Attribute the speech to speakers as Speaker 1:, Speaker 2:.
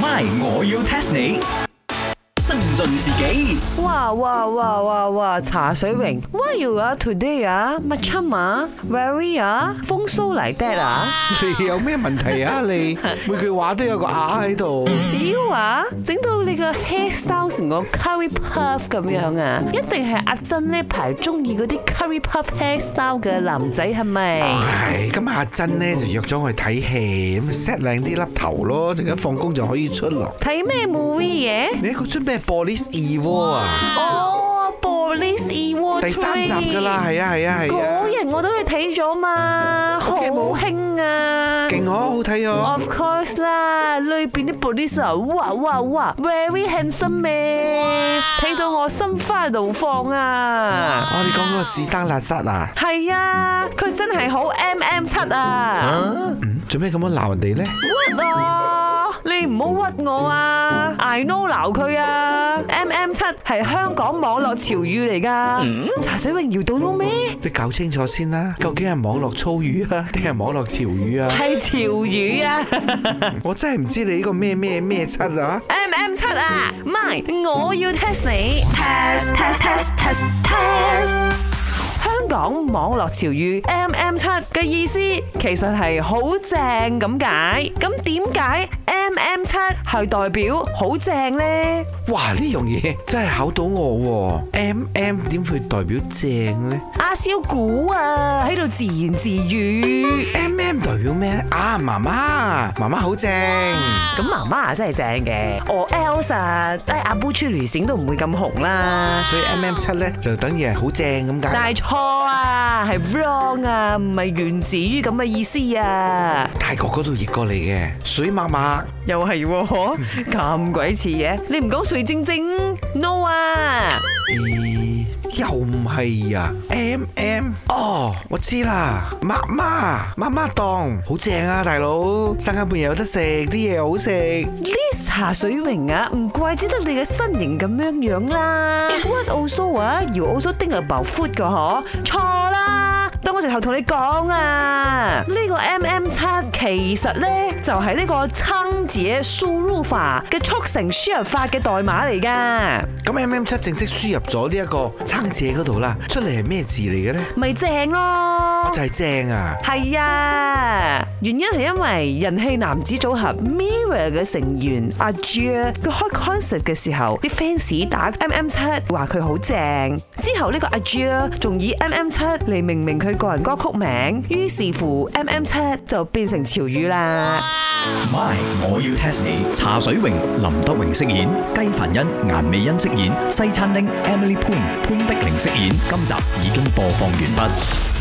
Speaker 1: My，我要 test 你。增進自己
Speaker 2: 哇哇哇哇哇！茶水榮，why you 啊 today 啊，Macham 啊，very 啊，風騷嚟得啊
Speaker 3: 你有咩問題啊？你每句話都有個啊喺度，
Speaker 2: ，you 啊，整到你個 hairstyle 成個 curry puff 咁樣啊，一定係阿珍呢排中意嗰啲 curry puff hairstyle 嘅男仔係咪？
Speaker 3: 唉，咁阿珍咧就約咗我去睇戲，咁 set 靚啲粒頭咯，陣間放工就可以出咯。
Speaker 2: 睇咩 movie 嘢？
Speaker 3: 你一個出咩 Police e v 啊？
Speaker 2: 哦，Police E w a r
Speaker 3: 第三集噶啦，係啊係啊係啊
Speaker 2: 嗰，日我都去睇咗嘛，好
Speaker 3: OK，冇
Speaker 2: 興啊！
Speaker 3: 勁哦，好睇哦。
Speaker 2: Of course 啦，裏邊啲 producer 哇哇哇，very handsome 咩？睇到我心花怒放啊！
Speaker 3: 哦，你講嗰個屎生辣塞啊？
Speaker 2: 係啊，佢真係好 M M 七啊！
Speaker 3: 嗯，做咩咁樣鬧人哋咧？
Speaker 2: 屈啊！你唔好屈我啊！I know 鬧佢啊！M M 七係香港網絡潮語嚟㗎，茶水榮搖到到咩？
Speaker 3: 你搞清楚先啦，究竟係網絡粗語啊，定係網絡潮語啊？
Speaker 2: 係潮語啊！
Speaker 3: 我真係唔知你呢個咩咩咩七啊！
Speaker 2: M M 七啊，唔係，我要 test 你。
Speaker 4: test test test test test
Speaker 2: 香港網絡潮語 M M 七嘅意思其實係好正咁解，咁點解 M M 七係代表好正呢？
Speaker 3: 哇！呢樣嘢真係考到我喎，M M 點去代表正呢
Speaker 2: 阿蕭估啊，喺度自言自語。
Speaker 3: m M 代表咩呢啊？媽媽，媽媽好正。
Speaker 2: 咁媽媽啊真係正嘅，哦 Elsa，但係阿 b u c h 雷閃都唔會咁紅啦。
Speaker 3: 所以 M M 七呢，就等於係好正咁解。
Speaker 2: 但係錯啊，係 wrong 啊，唔係源自於咁嘅意思啊。
Speaker 3: 泰國嗰度譯過嚟嘅水媽媽，
Speaker 2: 又係喎， 咁鬼似嘅，你唔講水晶晶，no 啊！
Speaker 3: 咦又唔係啊？M M 哦，我知啦，媽媽媽媽檔好正啊，大佬三更半夜有得食，啲嘢好食。
Speaker 2: 呢茶水榮啊，唔怪之得你嘅身形咁樣樣啦。What also 啊，you also think about food 噶嗬？錯啦，等我直頭同你講啊，呢、個 M M 七其實呢，就係、呢個倉頡輸入法嘅速成輸入法嘅代碼嚟噶，
Speaker 3: 咁 M M 七正式輸入咗呢一個撐姐嗰度啦，出嚟係咩字嚟嘅呢？
Speaker 2: 咪正咯。
Speaker 3: 就係正啊！
Speaker 2: 係啊，原因係因為人氣男子組合 Mirror 嘅成員阿 Jer 佢開 concert 嘅時候，啲 fans 打 M M 七話佢好正，之後呢個阿 Jer 仲以 M M 七嚟命名佢個人歌曲名，於是乎 M M 七就變成潮語啦。
Speaker 1: ，My，我要 test 你。茶水榮、林德榮飾演，雞凡欣、顏美欣飾演，西餐廳 Emily Poon 潘碧玲飾演。今集已經播放完畢。